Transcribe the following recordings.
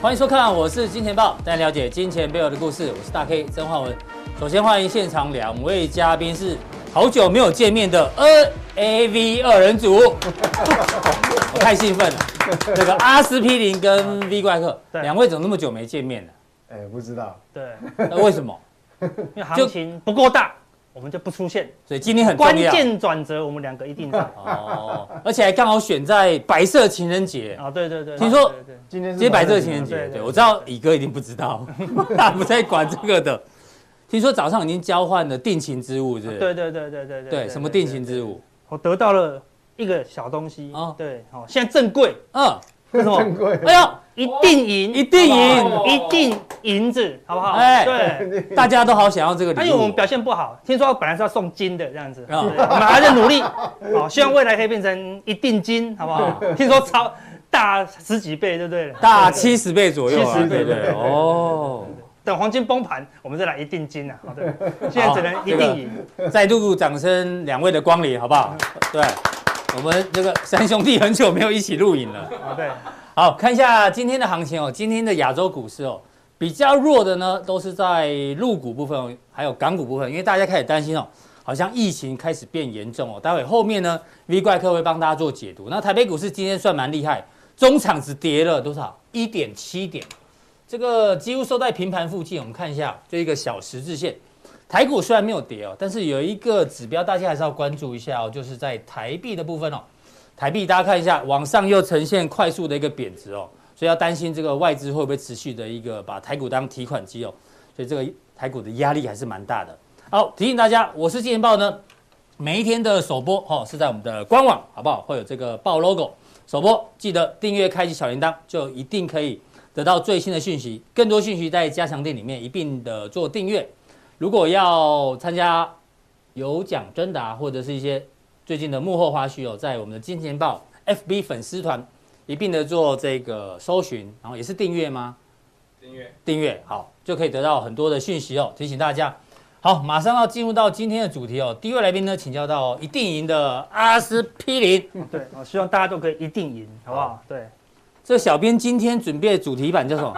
欢迎收看，我是金钱豹，带你了解金钱背后的故事。我是大 K 曾焕文。首先欢迎现场两位嘉宾是好久没有见面的 N A V 二人组， 我太兴奋了。这个阿司匹林跟 V 怪客，对两位怎么那么久没见面呢？哎、不知道，对，那为什么？因为行情不够大，我们就不出现。所以今天很重关要。键转折，我们两个一定在。哦，而且还刚好选在白色情人节。啊，对对对，听说对对对今天是今天白色情人节，对对对对我知道乙哥一定不知道， 他不在管这个的。听说早上已经交换了定情之物，是不是？对对对对对对对，什么定情？之物？我得到了一个小东西哦对，好，现在正贵，嗯，为什正么？贵，哎呦，一定赢，一定赢好不好一定银子，好不好？哎对。大家都好想要这个因礼为哎我们物。表现不好，听说本来是要送金的这样子，对啊我们还在努力，好，希望未来可以变成一定金，好 不好？听说超大十几倍，对不对？大七十倍左右啊， 70对倍不对？哦，等黄金崩盘，我们再来一定 金啊！好对，现在只能一定赢。再度掌声两位的光临，好不好？对，我们这个三兄弟很久没有一起录影了。好对，好看一下今天的行情哦，今天的亚洲股市哦，比较弱的呢都是在陆股部分哦，还有港股部分，因为大家开始担心哦，好像疫情开始变严重哦。待会后面呢，V 怪客会帮大家做解读。那台北股市今天算蛮厉害，中场只跌了多少？一点七点，这个几乎收在平盘附近。我们看一下这一个小十字线。台股虽然没有跌哦，但是有一个指标大家还是要关注一下哦，就是在台币的部分哦。台币大家看一下，往上又呈现快速的一个贬值哦，所以要担心这个外资会不会持续的一个把台股当提款机哦，所以这个台股的压力还是蛮大的。好，提醒大家，我是金钱豹呢，每一天的首播哦是在我们的官网，好不好？会有这个豹 logo 首播，记得订阅开启小铃铛，就一定可以得到最新的讯息。更多讯息在加强店里面一并的做订阅。如果要参加有奖征答或者是一些最近的幕后花絮哦，在我们的金钱豹 FB 粉丝团一并的做这个搜寻，然后也是订阅吗？订阅，订阅好，就可以得到很多的讯息哦。提醒大家，好，马上要进入到今天的主题哦。第一位来宾呢，请教到一定赢的阿司匹林。对，我希望大家都可以一定赢，好不好？对，这小编今天准备的主题版叫什 么？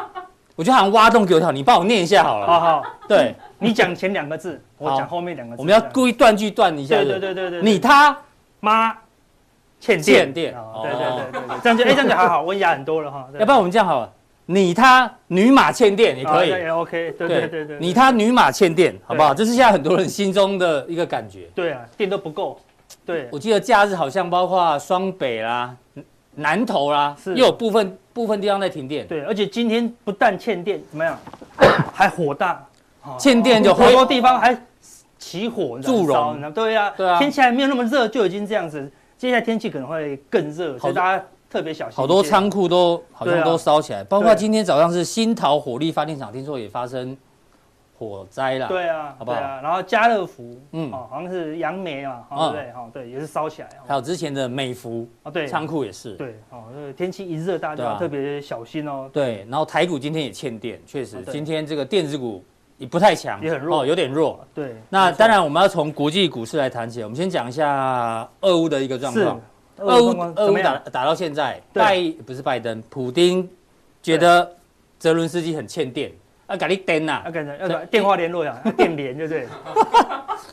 我觉得好像挖洞给我跳，你帮我念一下好了。好好，对， 你讲前两个字，我好讲后面两个字。我们要这样故意断句断一下。对是不是对对对对，你他妈欠欠电哦哦对对对对对，这样就哎这样就 还好，温雅很多了哈。对要不然我们这样好了，你他女马欠电也可以啊。也 OK，对对对对，你他女马欠电，好不好？这是现在很多人心中的一个感觉。对啊，电都不够，对我记得假日好像包括双北啦、南投啦，是又有部分部分地方在停电，对，而且今天不但欠电，怎 么样，还火大，哦欠电就很灰多地方还起火燃烧助燃你知道对呀、对啊天气还没有那么热就已经这样子，接下来天气可能会更热，所以大家特别小心一些。好多仓库都好像对啊都烧起来，包括对今天早上是新桃火力发电厂，听说也发生火灾啦。对啊，好不好对啊，然后家乐福，嗯嗯，哦，好像是杨梅嘛，嗯哦，对不对？哦，对，也是烧起来，还哦，有之前的美孚哦对，仓库也是。对，哦，这个天气一热，大家对啊要特别小心哦。对，然后台股今天也欠电，确实啊，对今天这个电子股也不太强，也很弱哦有点弱。对，那没错当然，我们要从国际股市来谈起。我们先讲一下俄乌的一个状是况。俄俄乌乌状况俄怎乌么打样？打到现在，对拜不是拜登，普丁觉得泽伦斯基很欠电，啊，给你电呐、要啊，跟人要跟电话联络呀，要电联，对 不对？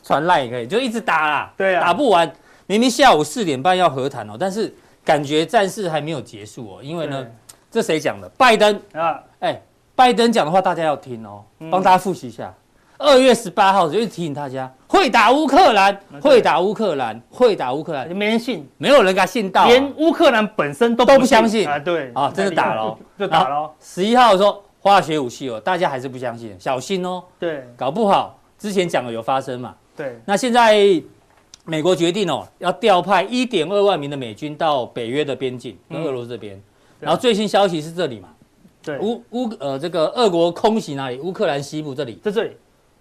传烂也可以，就一直打啦，对啊打不完。明明下午四点半要和谈哦，但是感觉战事还没有结束哦，因为呢，这谁讲的？拜登，对啊，哎，拜登讲的话大家要听哦，嗯帮大家复习一下。二月十八号就一直提醒大家，会打乌克兰，对会打乌克兰，会打乌克兰，没人信，没有人敢信到啊、连乌克兰本身都都不相信啊，对啊，真的打了哦，就打了哦，十一号说化学武器哦，大家还是不相信，小心哦，对搞不好之前讲的有发生嘛。对，那现在美国决定哦，要调派一点二万名的美军到北约的边境，跟嗯俄罗斯这边。对然后最新消息是这里嘛，对，乌乌呃这个俄国空袭哪里？乌克兰西部这里，在这里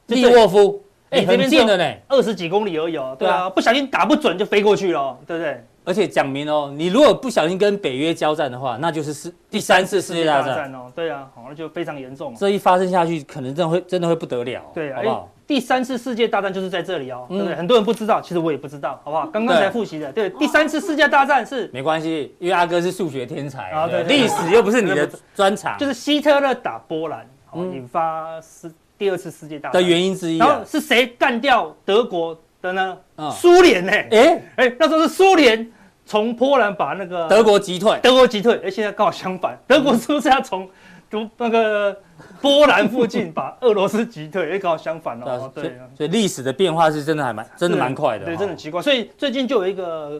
就利对沃夫，哎哎，这边很近了呢。二十几公里而已哦，对对啊啊，不小心打不准就飞过去了哦，对不对？而且讲明哦，你如果不小心跟北约交战的话，那就是世第三次世界大战。哦，对啊，好，那就非常严重哦，这一发生下去，可能真的会真的会不得了哦，对啊，好哎不好？第三次世界大战就是在这里哦，嗯对不对？很多人不知道，其实我也不知道，好不好？刚刚对才复习的，对，第三次世界大战是没关系，因为阿哥是数学天才啊，对对对历史又不是你的专长，就是是希特勒打波兰，好吧嗯引发是第二次世界大的战原因之一然后啊。是谁干掉德国的呢嗯？苏联呢？哎，哎，那时候是苏联从波兰把那个德国嗯击退，德国击退，哎，现在刚好相反，德国是不是要从从那个波兰附近把俄罗斯击退？哎，刚好相反对啊哦，所以对，所以历史的变化是真的还蛮真的蛮快的，对，哦真的很奇怪。所以最近就有一个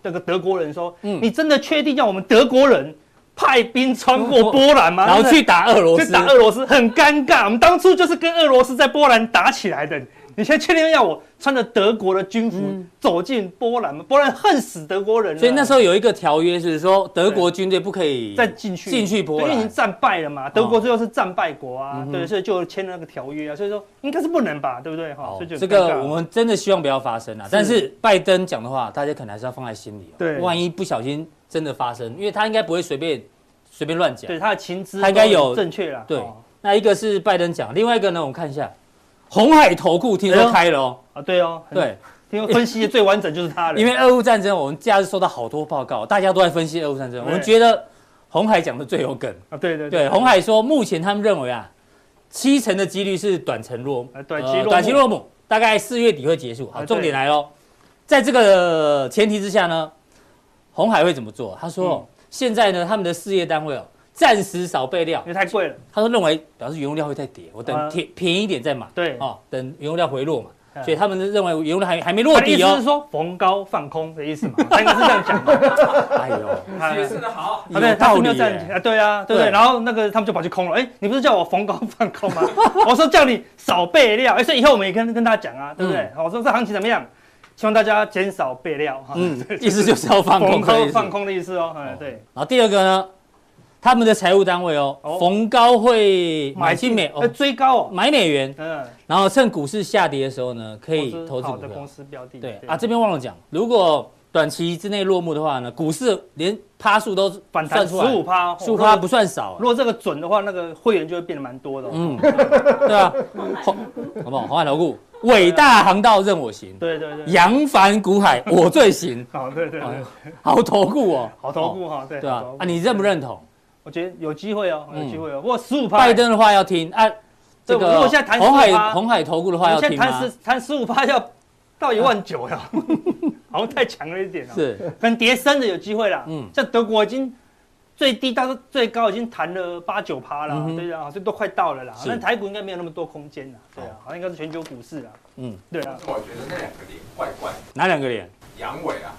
那个德国人说：“嗯你真的确定要我们德国人派兵穿过波兰吗？”哦然后对不对去打俄罗就斯，打俄罗斯，啊很尴尬。我们当初就是跟俄罗斯在波兰打起来的，你现在确定要我穿着德国的军服走进波兰吗？波兰恨死德国人了，嗯所以那时候候有一个条约是说德国军队不可以再进去进去波对因为已经兰，哦战败了嘛，德国最后是战败国啊，嗯哼对，所以就签了那个条约啊，所以说应该是不能吧，对不对？哈、好所以就哦这很尴尬个我们真的希望不要发生啊。但是拜登讲的话，大家可能还是要放在心里哦。对万一不小心真的发生，因为他应该不会随便随便乱讲。对他的情资他应该有都很正确啦，对哦那一个是拜登讲，另外一个呢，我们看一下红海投顾听说开了哦。啊，对哦，很，对，因为分析的最完整就是他了，因为俄乌战争，我们假日收到好多报告，大家都在分析俄乌战争。我对们觉得红海讲的最有梗。啊，对对对，红海说，目前他们认为啊，七成的几率是短程落呃短期落幕短期落幕，大概四月底会结束。好，呃对重点来喽，在这个前提之下呢，红海会怎么做？他说，嗯哦现在呢，他们的事业单位哦，暂时少备料因，为太贵了，他说认为表示原油料会再跌，我等啊便便宜一点再买。对哦，等原油料回落嘛，嗯所以他们认为原油料还还没落他的意底思是哦。说逢高放空的意思嘛，他应该是这样讲的。哎呦，哎真的好， 啊，对，有他道是没有理这样耶。啊，对啊，对不对？对然后那个他们就跑去空了，哎，你不是叫我逢高放空吗？ 我说叫你少备料，哎，所以以后我们也跟跟大家讲嗯啊，对不对？好我说这行情怎么样？希望大家减少备料哈，嗯，意思就是要放逢 空的高意思放空的意思哦，哎，对，然后第二个呢，他们的财务单位哦，哦逢高会买进美呃哦，追高哦，买美元，嗯，然后趁股市下跌的时候呢，可以投资好股的票公。司标的，对啊，这边忘了讲，如果短期之内落幕的话呢，股市连趴数都反弹算十出来，五趴，哦15趴不算少啊如。果这个准的话，那个会员就会变得蛮多的哦，嗯，对 啊，红好不好？红海投顾，伟大航道任我行，对对对，扬帆股海我最行，好，对对对哎，好投顾哦，好投哦，顾哈，对，对好啊投，顾啊，你认不认同？我觉得有机会哦，有嗯机会哦。不过十五趴，拜登的话要听啊，这对我如个果现在谈红15海趴红海投顾的我话们要现在听吗谈？十谈十五趴要到一万九了， 好像太强了一点了。，啊是，可能跌升的有机会啦。嗯嗯，像德国已经最低到最高已经谈了八九趴嗯了，哼对啊，所以都快到了啦。是哦那台股应该没有那么多空间啦，对啊，好像应该是全球股市啦。嗯，对啊， 我觉得那两个脸怪怪，哪两个脸？阳痿啊，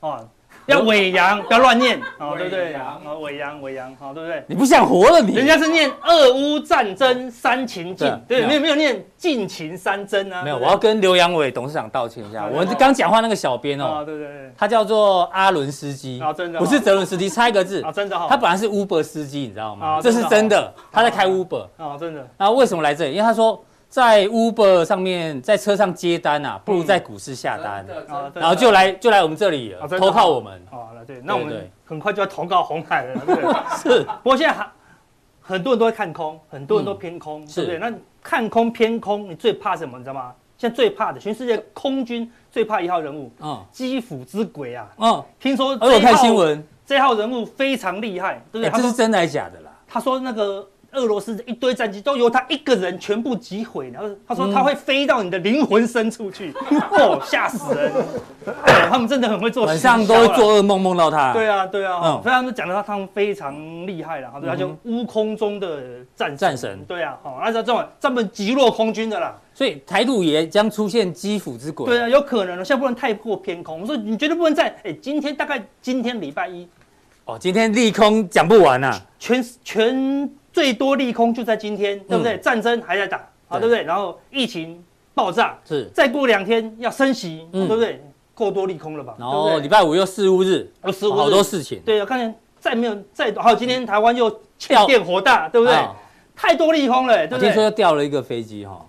哦，要尾阳，不要乱念哦，对不对？尾啊阳，尾阳，尾阳，哦好，对不对？你不想活了你？人家是念俄乌战争三秦对啊晋，没对，没有有没有念晋秦三争啊。没有，对我不对要跟刘阳伟董事长道歉一下。啊我刚讲话那个小编啊，哦，对对对，他叫做阿伦斯基啊，真的哦不是泽伦斯基，差一个字啊，。真的哈，他本来是 Uber 司机，你知道吗？啊这是真真的的，他在开 Uber。啊，真的那为什么来这里？因为他说在 Uber 上面在车上接单啊，嗯不如在股市下单真，的啊 真的然后就来就来我们这里了啊真的投靠我 们。啊，那对，那我对们对很快就要投靠红海了，对不对？ 是，不过现在很很多人都在看空，很多人都偏空，是对不对？那看空偏空，你最怕什么？你知道吗？现在最怕的，全世界空军最怕一号人物嗯基辅之鬼啊！嗯。听说而我这一看新号闻，这一号人物非常厉害，对不对？哎他这是说真的还是假的啦？他说那个。俄罗斯的一堆战机都由他一个人全部击毁，然后他嗯说他会飞到你的灵魂深处 去，哦，吓死人！哎他们真的很会做晚行销啊，上都会做噩梦，梦到他。对啊，对啊，嗯所以他们讲的他们非常厉害了，对啊，嗯哼就乌空中的战战神对啊，好，那这种专门击落空军的啦，所以台独也将出现基辅之鬼。对啊，有可能哦，现在不能太过偏空，我说你绝对不能在，哎，今天大概今天礼拜一，哦，今天利空讲不完啊。全全最多利空就在今天，对不对？战争还在打啊，嗯对对不对？然后疫情爆炸，是，再过两天要升息，啊嗯对不对？够多利空了吧？然后对礼不拜五又四五日，对有十五好日多事情，对啊，刚才再没有再还有今天台湾又欠掉电火大，对对不对？太多利空了，对哦我不啊听说对？又掉了一个飞机哈，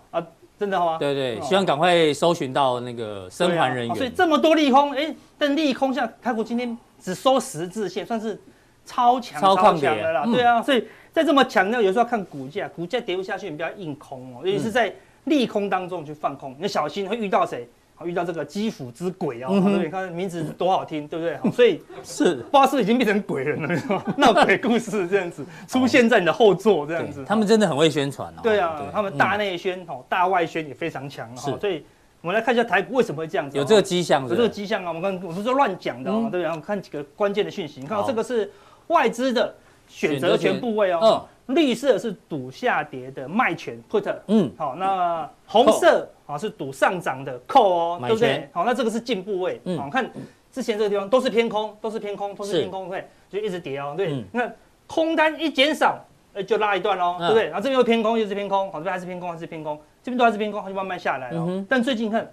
真的好吗？对对，哦希望赶快搜寻到那个生还人对啊哦所以员。这么多利空，哎，但利空下，台股今天只收十字线，算是超强超抗跌强的啦。啊嗯嗯对啊，所以在这么强调，有时候要看股价，股价跌不下去，你不要硬空哦，尤其是在利空当中去放空，你小心会遇到谁？好遇到这个基辅之鬼哦，嗯哼对不对？你看名字多好听，对不对？好 所以是不知道是不是已经变成鬼人了，你知道吗那种鬼故事这样子出现在你的后座这样子对，他们真的很会宣传哦。对啊，他们大嗯内宣哦，大外宣也非常强哦，是所以我们来看一下台股为什么会这样子哦，有这个迹象，有这个迹象啊，我们看我不是说乱讲的哦嗯，对不对？我们看几个关键的讯息，你看到好这个是外资的选择权部位哦，象，绿色是赌下跌的卖权 put，嗯嗯好，那红色啊是赌上涨的 call 哦，买对不对权？好，那这个是进部位，嗯好看之前这个地方都是偏空，都是偏空，都是是偏空，对，就一直跌哦，对嗯，那空单一减少，呃，就拉一段喽，嗯对不对？然后这边又偏空，又是偏空，好，这边还是偏空，还是偏空，这边都还是偏空，它就慢慢下来嗯哦哼。但最近看，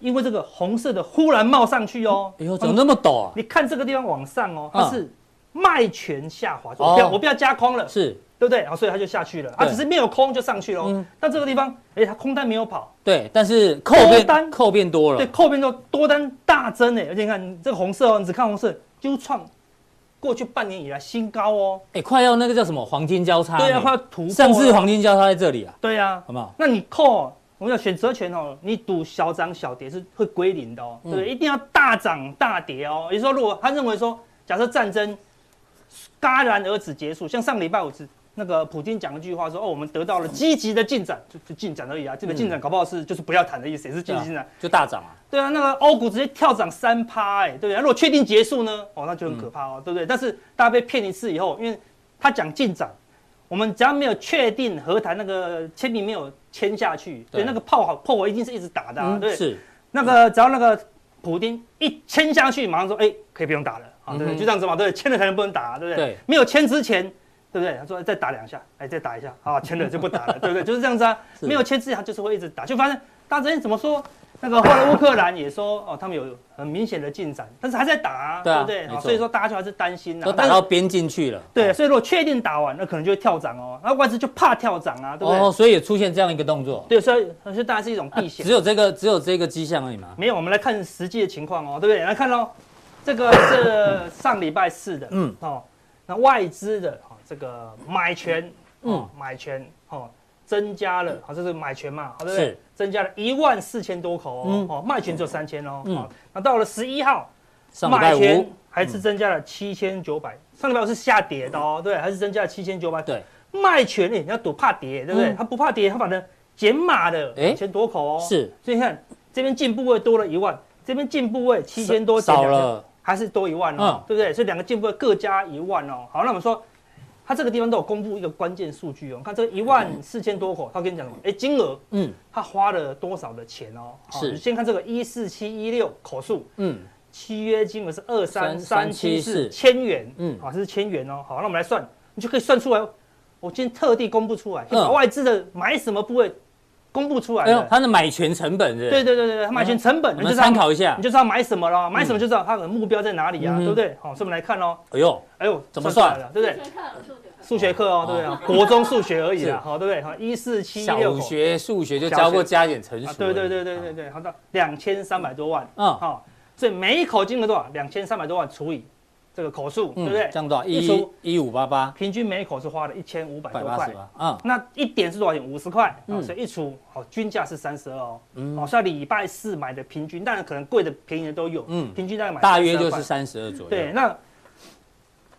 因为这个红色的忽然冒上去哦，哎呦，怎么那么陡啊？你看这个地方往上哦，它嗯是卖权下滑，我不要哦我不要加空了，是，对不对？啊然后所以它就下去了，它对只是没有空就上去了哦嗯。但这个地方，哎，它空单没有跑，对，但是扣多变单扣变多对，了，后面就多单大增哎，而且你看这个红色哦，你只看红色就创过去半年以来新高哦，哎，快要那个叫什么黄金交叉呢，对啊，快要突破了上次黄金交叉在这里啊，对啊，好不好？那你扣，我们要选择权哦，你赌小涨小跌是会归零的哦，嗯对不对？一定要大涨大跌哦。也就是说，如果他认为说，假设战争戛然而止结束，像上礼拜五是那个普京讲一句话说，哦，我们得到了积极的进展，就就进展而已啊。这个进展搞不好是就是不要谈的意思，也是积极进展。就大嗯涨啊，对啊，那个欧股直接跳涨三趴，哎、对不对？如果确定结束呢，哦，那就很可怕哦，对不对？但是大家被骗一次以后，因为他讲进展，我们只要没有确定和谈那个签名没有签下去，对对，那个炮好炮火一定是一直打的、啊，对嗯不对，是，那个只要那个普丁一签下去，马上说，哎、可以不用打了啊，对不嗯对？哼就这样子嘛，对不对，签了才能不能打、对不对？对没有签之前，对不对？他说再打两下，哎，再打一下，啊，签了就不 打了，对不对？就是这样子啊，是没有签之前他就是会一直打，就发现大家之前怎么说？那个后来乌克兰也说，哦，他们有很明显的进展，但是还在打、啊，对啊不对？没错啊所以说大家就还是担心啊都打但到是边境去了，哦对，所以如果确定打完，那可能就会跳涨哦。那外资就怕跳涨啊，对不对？哦，所以也出现这样一个动作，对，所以所以大家是一种避险。只有这个只有这个迹象而已嘛，没有，我们来看实际的情况哦，对不对？来看喽，这个是上礼拜四的，嗯嗯，哦，那外资的哦，这个买权，嗯嗯，买权哦，增加了，哦好、这是买权嘛，好、对不是对？增加了一万四千多口哦，嗯哦，卖权只有三千哦，嗯嗯，那到了十一号，上礼拜买权五，嗯还是增加了七千九百，上礼拜五是下跌的哦，对，还是增加了七千九百，对，卖权诶，你要赌怕跌，对不对？嗯他不怕跌，他把它减码了诶两千多口哦，是所以你看这边进部位多了一万，这边进部位七千多减啊少两千，了，还是多一万哦，嗯对不对？所以两个进部位各加一万哦。好，那我们说，它这个地方都有公布一个关键数据哦，你看这一万四千多口，他跟你讲什么？哎，金额嗯他花了多少的钱哦？好是你先看这个一四七一六口数，嗯，契约金额是二三三七3374四千元，嗯嗯，啊，这是千元哦。好，那我们来算，你就可以算出来。哦我今天特地公布出来，嗯把外资的买什么部位公布出来哎呦了，。它的买权成本是不是，对对对对对，他买权成本，嗯我你就们知道参考一下嗯你，就知道买什么了，买什么就知道它的目标在哪里啊，嗯哼对不对？好，所以我们来看喽。哎呦，哎呦，怎么算算出来了，对不对？数学课，数学课数学课哦，对不对啊？国中数学而已啦，好，对不对？好，一四七六小口，学数学就教过加减乘除啊了，对对对对对对，好到两千三百多万，嗯好，所以每一口金额多少？两千三百多万除以这个口数，对嗯，不对这？样多少？一一除一五八八，平均每一口是花了一千五百百多八块十，八，嗯，那一点是多少钱？五十块，嗯啊所以一除，好，均价是三十二哦，好，像礼拜四买的平均，当然可能贵的便宜的都有，嗯嗯，平均大概买大约32就是块三十二左右，对，，那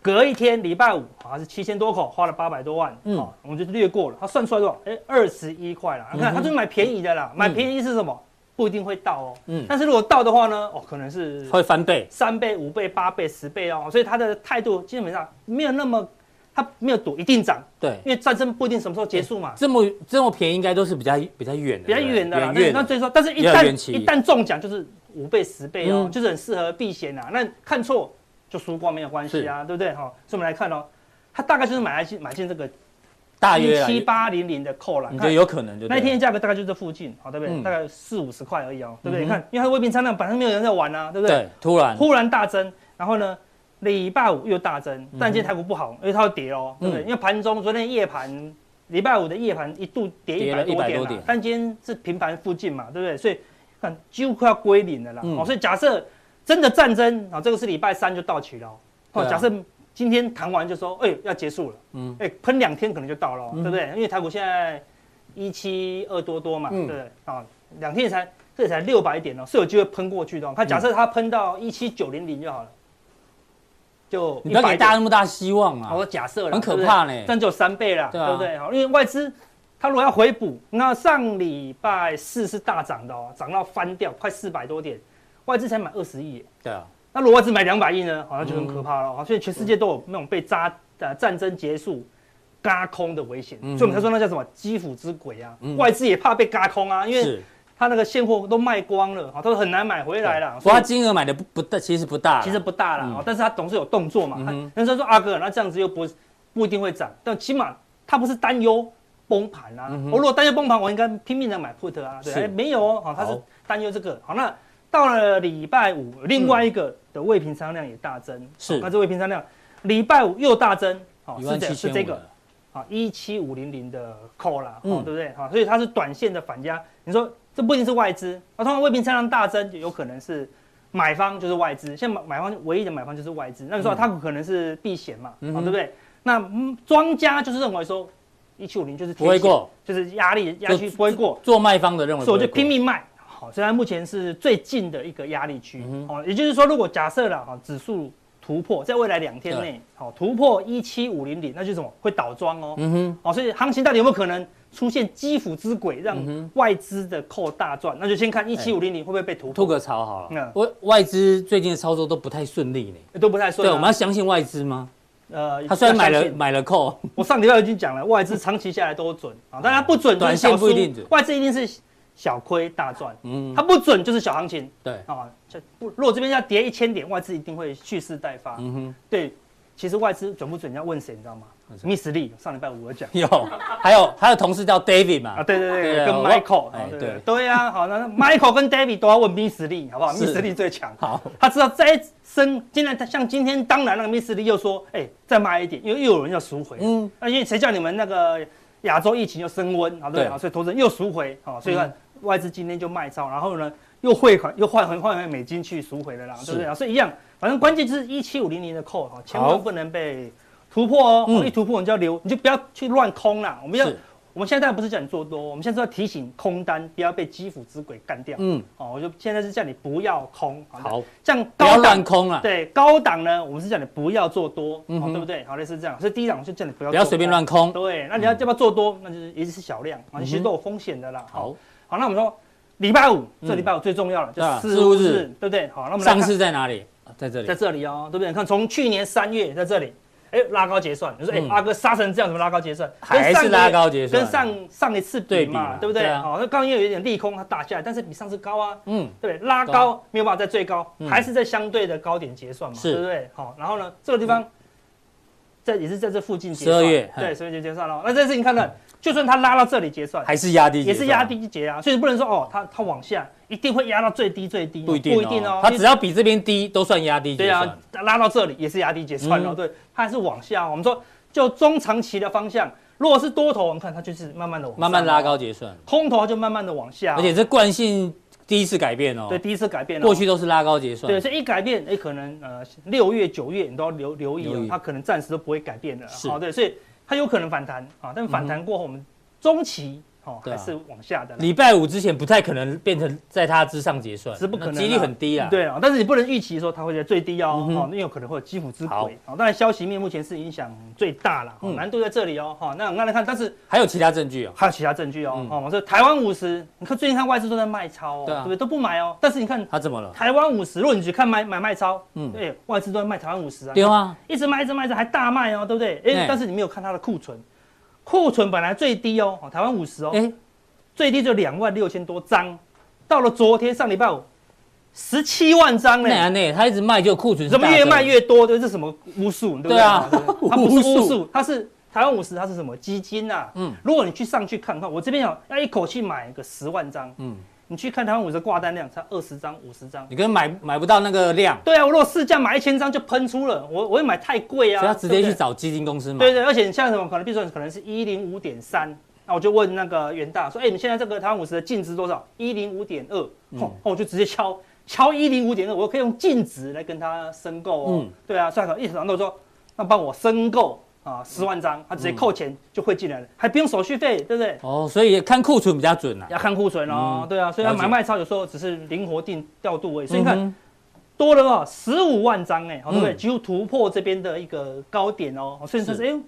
隔一天礼拜五好像是七千多口，花了八百多万，嗯嗯、我们就略过了。他算出来多少？哎，二十一块嗯啦。你看，他就是买便宜的啦，买便宜是什么？不一定会到哦。嗯嗯，但是如果到的话呢，哦，可能是会翻倍，三倍、五倍、八倍、十倍哦。所以他的态度基本上没有那么，他没有赌一定涨，对，因为战争不一定什么时候结束嘛。这么这么便宜，应该都是比较比较远的，比较对不对远的啦，远那远那的最说，但是一比较旦远期一旦中奖就是五倍十倍哦，嗯就是很适合避险啊。那看错就输光没有关系啊，对不对哈、所以我们来看哦，它大概就是买来进买进这个大约一啦七，八零零的扣了，你觉看得有可能就对那了一天的价格大概就这附近，好、对不对？嗯大概四五十块而已哦，对不嗯哼对？你看，因为它的未平仓量本身没有人在玩啊，对不对？对，突然忽然大增，然后呢，礼拜五又大增，但今天台股不好，因为它要跌哦，对不嗯对？因为盘中昨天夜盘，礼拜五的夜盘一度跌一跌百了多100点多啦点但今天是平盘附近嘛，对不对？所以看几乎快要归零了啦。嗯哦，所以假设真的战争啊、这个是礼拜三就到期了哦。哦对啊假设今天谈完就说，哎、要结束了，嗯嗯，哎、喷两天可能就到了哦、嗯对不对？因为台股现在一七二多多嘛，嗯对不对？啊，两天才这才六百点哦，是有机会喷过去的哦。它假嗯设它喷到一七九零零就好了，就你不要100给点大家那么大希望好，啊我。假设了，很可对不对怕呢但只有三倍啦，对对啊不对？好，因为外资它如果要回补，那上礼拜四是大涨的哦，涨到翻掉，快四百多点，外资才买二十亿耶，对啊，那如果外资买两百亿呢，好像就很可嗯怕了。好，所以全世界都有那种被扎呃战争结束。嘎空的危险，嗯所以我们才说那叫什么基辅之鬼啊！嗯外资也怕被嘎空啊，因为是，它那个现货都卖光了，好，都很难买回来了。不过所以它金额买的不不大，其实不大啦，其实不大啦，嗯哦但是它总是有动作嘛。嗯他哼人家说阿啊哥，那这样子又不不一定会涨，但起码它不是担忧崩盘啊。嗯哼我如果担忧崩盘，我应该拼命的买 put 啊，对，是哎没有哦，好，它是好担忧这个。好，那到了礼拜五，另外一个的未平仓量也大增，是好那这未平仓量礼拜五又大增，好，一是万这七样是千这五个了，啊，一七五零零的 call 啦，嗯哦，对不对？好，所以它是短线的反压。你说这不一定是外资，啊，通常未平仓量大增，有可能是买方就是外资，现在买买方唯一的买方就是外资，那个时候它可能是避险嘛，嗯啊，哼对不对？那嗯庄家就是认为说一七五零就是不会贴钱，过，就是压力压就去不会过，做卖方的认为不所会过，以我就拼命卖。好，所以它目前是最近的一个压力区嗯。好、也就是说，如果假设了哈指数突破，在未来两天内，好突破一七五零零，那就是什么会倒庄哦。嗯哼，好、所以行情到底有没有可能出现基辅之鬼，让嗯哼哎外资的扣大赚？那就先看一七五零零会不会被突吐破，个槽好了嗯。外外资最近的操作都不太顺利呢。都不太顺、对，啊。我们要相信外资吗？呃他虽然要买相了信嗯买了扣，我上礼拜已经讲了，外资长期下来都准啊，但它不准就是短线小不一输定准外资一定是小亏大赚，嗯它，不准就是小行情。对， 啊，这不，如果这边要跌一千点，外资一定会蓄势待发。嗯哼，对，其实外资准不准要问谁，你知道吗问？谁密斯利上礼拜五有讲有，还有还有同事叫 David 嘛啊，，对对对对，跟我 Michael，哎啊对对对对啊，好，那那 Michael 跟 David 都要问密斯利，好不好？是密斯利最强，好，他知道再升，今天他像今天，当然那个密斯利又说，哎，再卖一点，又又有人要赎回，嗯嗯，那因为谁叫你们那个亚洲疫情又升温，好对对嗯啊，所以投资人又赎回，好，所以看外资今天就卖超，然后呢又汇款又换回换回美金去赎回了啦，对不对啊？所以一样，反正关键就是一七五零零的扣哈，千好万不能被突破哦，嗯一突破你就要留，你就不要去乱空啦，我们要是。我们现在当然不是叫你做多，我们现在是要提醒空单不要被基辅之鬼干掉。嗯，哦，我就现在是叫你不要空，好，像不要高乱档空啊了，对高档呢，我们是叫你不要做多，嗯哦哼，对不对？好，类似这样，所以第一档我就叫你不要不要随便做乱空。嗯多。对，那你要要不要做多，那就是也是小量啊，嗯哼其实都有风险的啦。好，好，那我们说礼拜五，嗯这礼拜五最重要了，就对啊四四五五日日，对不对？好，那我们来上看市在哪里？啊在这在里。这里哦，对不对？你看从去年三月在这里，哎，拉高结算，你说哎嗯，阿哥杀成这样，怎么拉高结算？还跟上是个拉月高结算，跟上上一次对比比嘛嘛，对不对？哦对啊好，那刚刚又有一点利空，它打下来，但是比上次高啊，嗯对不对？拉对高没有办法在最高嗯，还是在相对的高点结算嘛，是对不对？好，然后呢，这个地方在也是在这附近结12月算，嗯对，所以就结算了。那这次你看到，就算它拉到这里结算，还是压低结也算，是压低结啊，所以不能说哦，它它往下一定会压到最低最低哦，不一定不一定哦，它因为只要比这边低都算压低结对啊算。，拉到这里也是压低结算哦，嗯对，它还是往下哦。我们说就中长期的方向，如果是多头，我们看它就是慢慢的往上慢慢拉哦高结算，空头就慢慢的往下，而且这惯性第一次改变哦对，第一次改变了过去都是拉高结算对，，所以一改变，哎，可能呃六月九月你都要留留意留哦意，它可能暂时都不会改变的，是嗯好、对，所以它有可能反弹啊，但反弹过后我们中期哦、对啊还是往下的啦，礼拜五之前不太可能变成在它之上结算，是不可能啊那几率很低啊。，对啊，但是你不能预期说它会在最低嗯哦，哼哦，因为有可能会有基辅之好鬼，好、当然消息面目前是影响最大了、哦嗯难度在这里哦，哈、那我们刚才看，但是还有其他证据啊。还有其他证据哦，嗯哦，我说台湾五十，你看最近看外资都在卖超哦，对啊不对？都不买哦，但是你看他怎么了？台湾五十，如果你只看买买卖超，嗯嗯，对，外资都在卖台湾五十啊，对啊，一直卖一直卖一直还大卖哦，对不对？哎、哎但是你没有看它的库存，库存本来最低哦，哦台湾五十哦，哎，最低就两万六千多张，到了昨天上礼拜五，十七万张呢那，那啊他一直卖就库存是怎么大越增卖越多？对，这是什么巫术？对不对对啊 不它不是巫巫术术，它是台湾五十，它是什么基金啊？嗯嗯，如果你去上去看看，我这边哦要一口气买个十万张，嗯嗯，你去看台湾五十挂单量才二十张、五十张。你根本买买不到那个量，对啊，我如果市价买一千张就喷出了，我我会买太贵啊，所以他直接对不去对找基金公司买。对对，而且你像什么可能，比如说你可能是一零五点三，那我就问那个元大说，哎、你们现在这个台湾五十的净值多少？一零五点二，嗯哦，我就直接敲敲一零五点二，我可以用净值来跟他申购哦。嗯对啊，算好，一直常都说，那帮我申购啊，十万张，他直接扣钱就汇进来了，还不用手续费，对不对？哦，所以看库存比较准啊。要看库存哦，对啊，所以它了解买卖超有时候只是灵活定调度而已。所嗯以你看，哼多了哦，十五万张哎，好对不对？嗯几乎突破这边的一个高点哦，所以说是是哎呦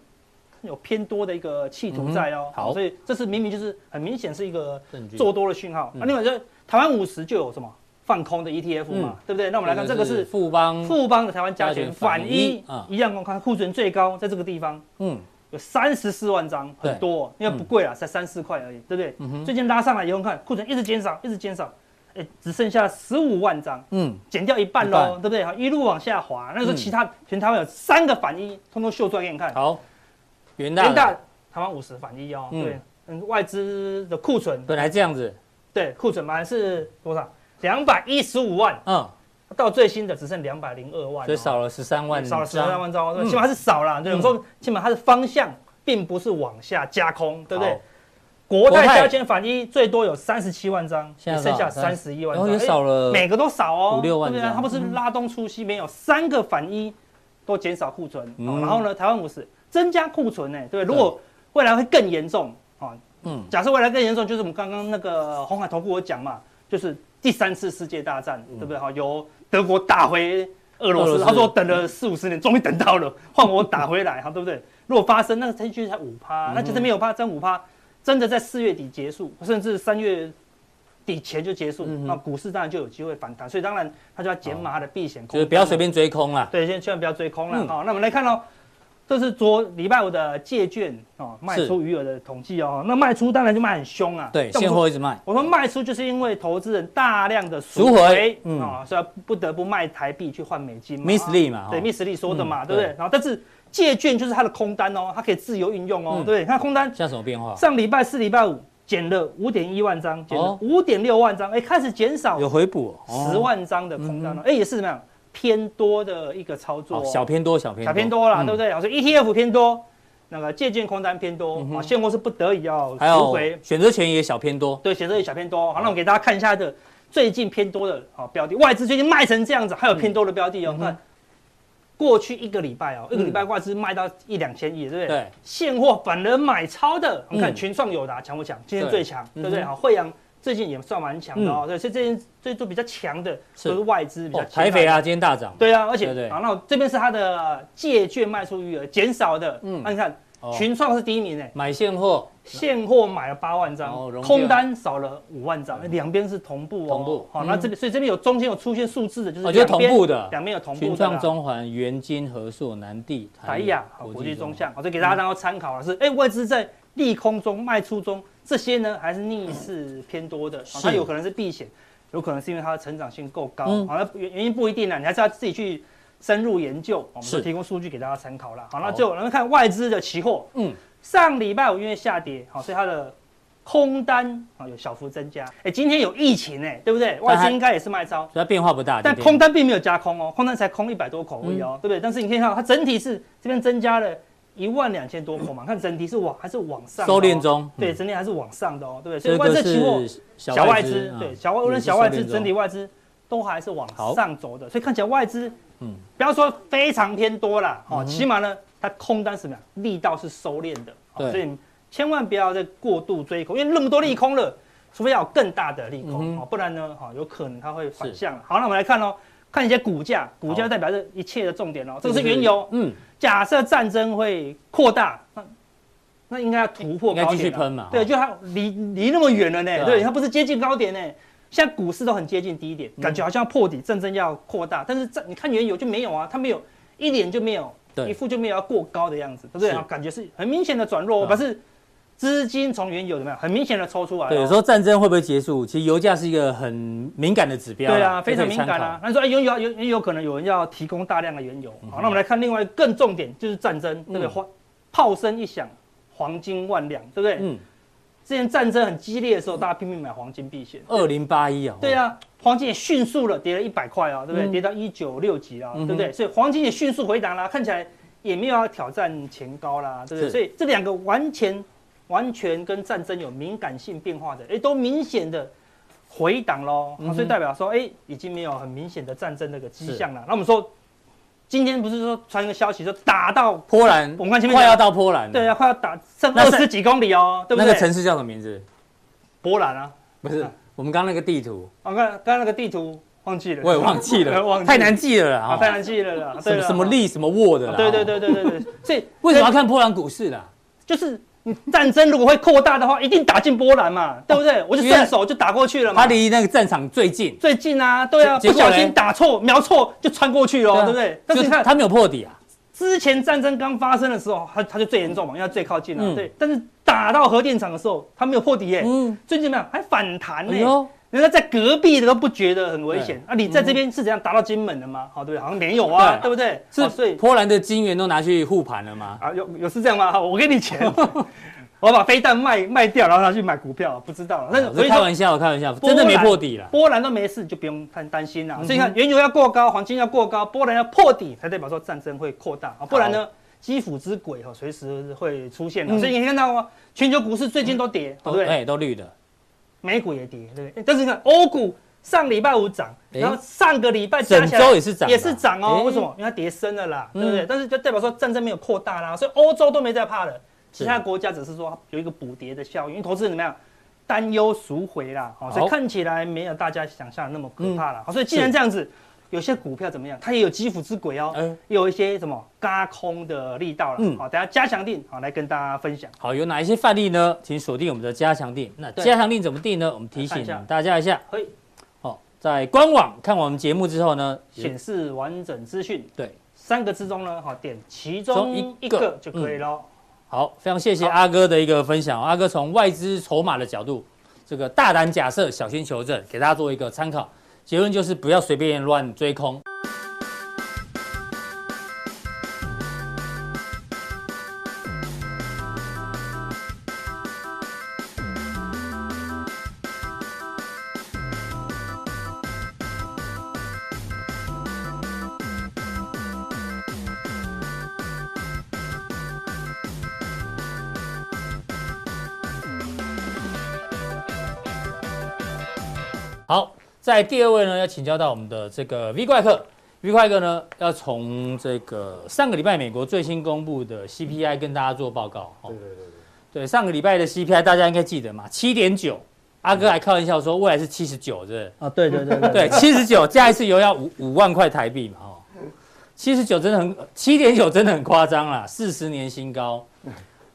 有偏多的一个企图在哦嗯哼。好所以这是明明就是很明显是一个证据做多的讯号。嗯那另外就是台湾五十就有什么放空的 ETF 嘛嗯，对不对？那我们来看这个是富邦，富邦的台湾加权加权反反一一啊，一样我们看库存最高在这个地方。嗯，有三十四万张，对很多哦、因为不贵啦，才三四块而已，对不对？嗯哼最近拉上来以后看，库存一直减少，一直减少，哎，只剩下十五万张，嗯，减掉一半一半喽，对不对？好，一路往下滑。那时候嗯其他、全台湾有三个反一，通通秀出来给你看。好，元大联大台湾五十反一哦，嗯对，嗯，外资的库存，本来这样子，对，库存本来是多少？两百一十五万，嗯，到最新的只剩两百零二万哦，所以少了十三万，少了十三，万张哦，对嗯起码还是少啦。对，我嗯们说起码它的方向并不是往下加空，对不对好？国泰国泰加权反一最多有三十七万张，现也在剩下多少三十一万然后张，哦也哎少了，每个都少哦，五六万对不对？张嗯它不是拉东出西，没有三个反一都减少库存，嗯哦然后呢，台湾五十增加库存呢，对不对？如果未来会更严重啊，嗯，假设未来更严重，就是我们刚刚那个红海投顾我讲嘛，就是第三次世界大战，对不对？哈，由德国打回俄嗯罗俄罗斯，斯他说等了四五十年，终于等到了，换我打回来，哈，对不对？如果发生，那它就是才五趴，嗯那就是没有趴，真五趴，真的在四月底结束，甚至三月底前就结束，嗯哼那股市当然就有机会反弹，所以当然它就要减码它的避险空，哦就是不要随。便追空啦，对，现在千万不要追空了嗯哦。那我们来看哦，这是昨礼拜五的借券哦卖是出余额的统计哦。那卖出当然就卖很凶啊。对，但我现说货一直卖，我们卖出就是因为投资人大量的赎回嗯啊，所以不得不卖台币去换美金嘛。 Miss Lee 嘛嗯对哦 Miss Lee 说的嘛，嗯对不对对？然后但是借券就是它的空单哦，它可以自由运用哦，嗯对不对，它空单像什么变化？上礼拜四、礼拜五减了五点一万张，减了哦五点六万张，哎，开始减少有回补哦十，万张的空单了，哎，也是怎么样偏多的一个操作哦，哦，小偏多，小偏小偏多啦，嗯对不对？所以 ETF 偏多，那个借券空单偏多嗯哼啊，现货是不得已要还赎有回，选择权也小偏多，对，写这里小偏多。好，那我给大家看一下的最近偏多的啊标的，外资最近卖成这样子，还有偏多的标的嗯哦。看过去一个礼拜哦，一个礼拜外资卖到一两千亿，对不对？对，现货反而买超的，我嗯们看群创友达强不强？今天对最强，对不对？嗯哼嗯好，惠阳最近也算蛮强的哦，对，所以最近最近比较强的是都是外资比较哦，青台睐的肥啊，今天大涨，对啊，而且对对啊，那这边是它的借券卖出余额减少的，嗯嗯，那你看哦，群创是第一名诶，买现货现货买了八万哦张融，券嗯空单少了五万张，哎两边是同步哦，同步好，嗯那这边所以这边有中间有出现数字的，就是哦，就是同两边步的，两边有同群步的创、啦。中环、元金、和硕、南地、台亚好国际中，向，哦好，这给大嗯家当做参考了。是哎，外资在利空中卖出中，这些呢还是逆势偏多的，好是它有可能是避险，有可能是因为它的成长性够高，嗯好，那原原因不一定啦，啊你还是要自己去深入研究，哦我们是就提供数据给大家参考啦。好，好那最后我们看外资的期货，嗯，上礼拜五因为下跌，哦好，所以它的。空单啊有小幅增加，哎，今天有疫情哎，对不对？但外还资应该也是卖超，所以它变化不大，嗯但今天空单并没有加空哦，空单才空一百多口而已哦，对不对？但是你可以看到，它整体是这边增加了一万两千多口嘛，看整体是往还是往上的哦收敛，中，对，嗯，整体还是往上的哦，对不对？所以这外个资期货是小外资，啊嗯对小外无论小外资整体外，外资都还是往好上走的，所以看起来外资，嗯嗯，不要说非常偏多啦，哦，起码呢，它空单是什么呀力道是收敛的，对哦，所以你千万不要再过度追空，因为那么多利空了，除非要有更大的利嗯空，哼哦，不然呢，哈，有可能它会反是向。好，那我们来看哦。看一些股价，股好价代表这一切的重点哦。这个个是原油，嗯，假设战争会扩大，那那应该要突破应该高继续点啊喷嘛对，哦就它离离那么远了对啊呢，对，它不是接近高点呢。现在股市都很接近低点，嗯感觉好像要破底，战争要扩大，但是战你看原油就没有啊，它没有一点就没有，对一副就没有要过高的样子，对不对是？感觉是很明显的转弱哦，嗯可是资金从原油怎么样，很明显的抽出来哦。对，有时候战争会不会结束，其实油价是一个很敏感的指标啦，对啊，非常这可以敏参感考啊。。那你说哎原油有也有可能有人要提供大量的原油。好，那我们来看另外一个更重点就是战争，对不对？嗯花炮声一响，黄金万两，对不对？嗯，之前战争很激烈的时候，大家拼命买黄金避险。二零八一啊，对啊，啊，黄金也迅速了，跌了一百块啊，对不对？嗯跌到一九六几啊，嗯哼对不对？所以黄金也迅速回档啦，看起来也没有要挑战前高啦，对不是对？所以这两个完全完全跟战争有敏感性变化的，哎，都明显的回档喽、嗯哼所以代表说，哎，已经没有很明显的战争那个迹象了。那我们说。今天不是说传一个消息说打到波兰，我们看前面快要到波兰了，对啊，快要打剩嗯那二是十几公里哦，对不那对？个城市叫什么名字？波兰啊，不是啊，我们刚刚那个地图我看刚刚那个地图忘记了，我也忘记 忘了，记太难记了啦啊，哈，太难记了啦，哦什对么啦什么利什么沃的啊啦，对对哈，对对对对，所以为什么要看波兰股市啦？就是你战争如果会扩大的话，一定打进波兰嘛，对不对？哦我就顺手就打过去了嘛它。离那个战场最近，最近啊，对啊，结不结果小嘞心打错瞄错就穿过去了，哦对不对？但啊就是你看它没有破底啊，之前战争刚发生的时候，它它就最严重嘛，因为它最靠近了、嗯对，但是打到核电厂的时候，它没有破底耶、嗯，最近怎么样？还反弹呢、哎呦，人家在隔壁的都不觉得很危险，啊，你在这边是怎样打到金门的吗？好，对不对？好像没有啊，嗯对对不对？哦所是以波兰的金元都拿去护盘了吗？啊，有有是这样吗？好，我给 你钱，我把飞弹卖卖掉，然后拿去买股票，不知道。但是我所是啊以开说，玩笑，开玩笑，波真兰的没破底啦。嗯波兰都没事，就不用太担心啦。所以你看，原油要过高，黄金要过高，波兰要破底，才代表说战争会扩大啊，不然呢？基辅之鬼哈，随时会出现的，嗯所以你可以看到啊，全球股市最近都跌，对都不对？哎，都绿的，美股也跌，对不对？但是你看欧股上礼拜五涨，哎然后上个礼拜加整起来周也是涨的，也是涨哦。哎为什么？？因为它跌深了啦，嗯对不对？但是就代表说战争没有扩大啦，所以欧洲都没在怕了，是其他国家只是说有一个补跌的效应，因为投资人怎么样？担忧赎回啦，好，所好嗯以看起来没有大家想象的那么可怕啦。哦好，所以既然是嗯这样子，有些股票怎么样？它也有基辅之鬼哦，哎，也有一些什么嘎空的力道嗯了。好，等下加强定好哦来跟大家分享。好，有哪一些范例呢？请锁定我们的加强定。那对加强定怎么定呢？我们提来看醒一下大家一下嘿。哦，在官网看完我们节目之后呢，显示完整资讯，对，三个之中呢，好点其中中一一个个就可以喽。嗯好，非常谢谢好阿哥的一个分享。阿哥从外资筹码的角度，这个大胆假设，小心求证，给大家做一个参考。结论就是不要随便乱追空。好，在第二位呢，要请教到我们的这个 V 怪客。V 怪客呢，要从这个上个礼拜美国最新公布的 CPI 跟大家做报告。哦对对对对，对，上个礼拜的 CPI 大家应该记得嘛，七点九。阿哥还开玩笑说，未来是七十九，是啊，对对对不是？对，七十九加一次油要五五万块台币嘛，哦，七十九真的很，七点九真的很夸张啦，四十年新高。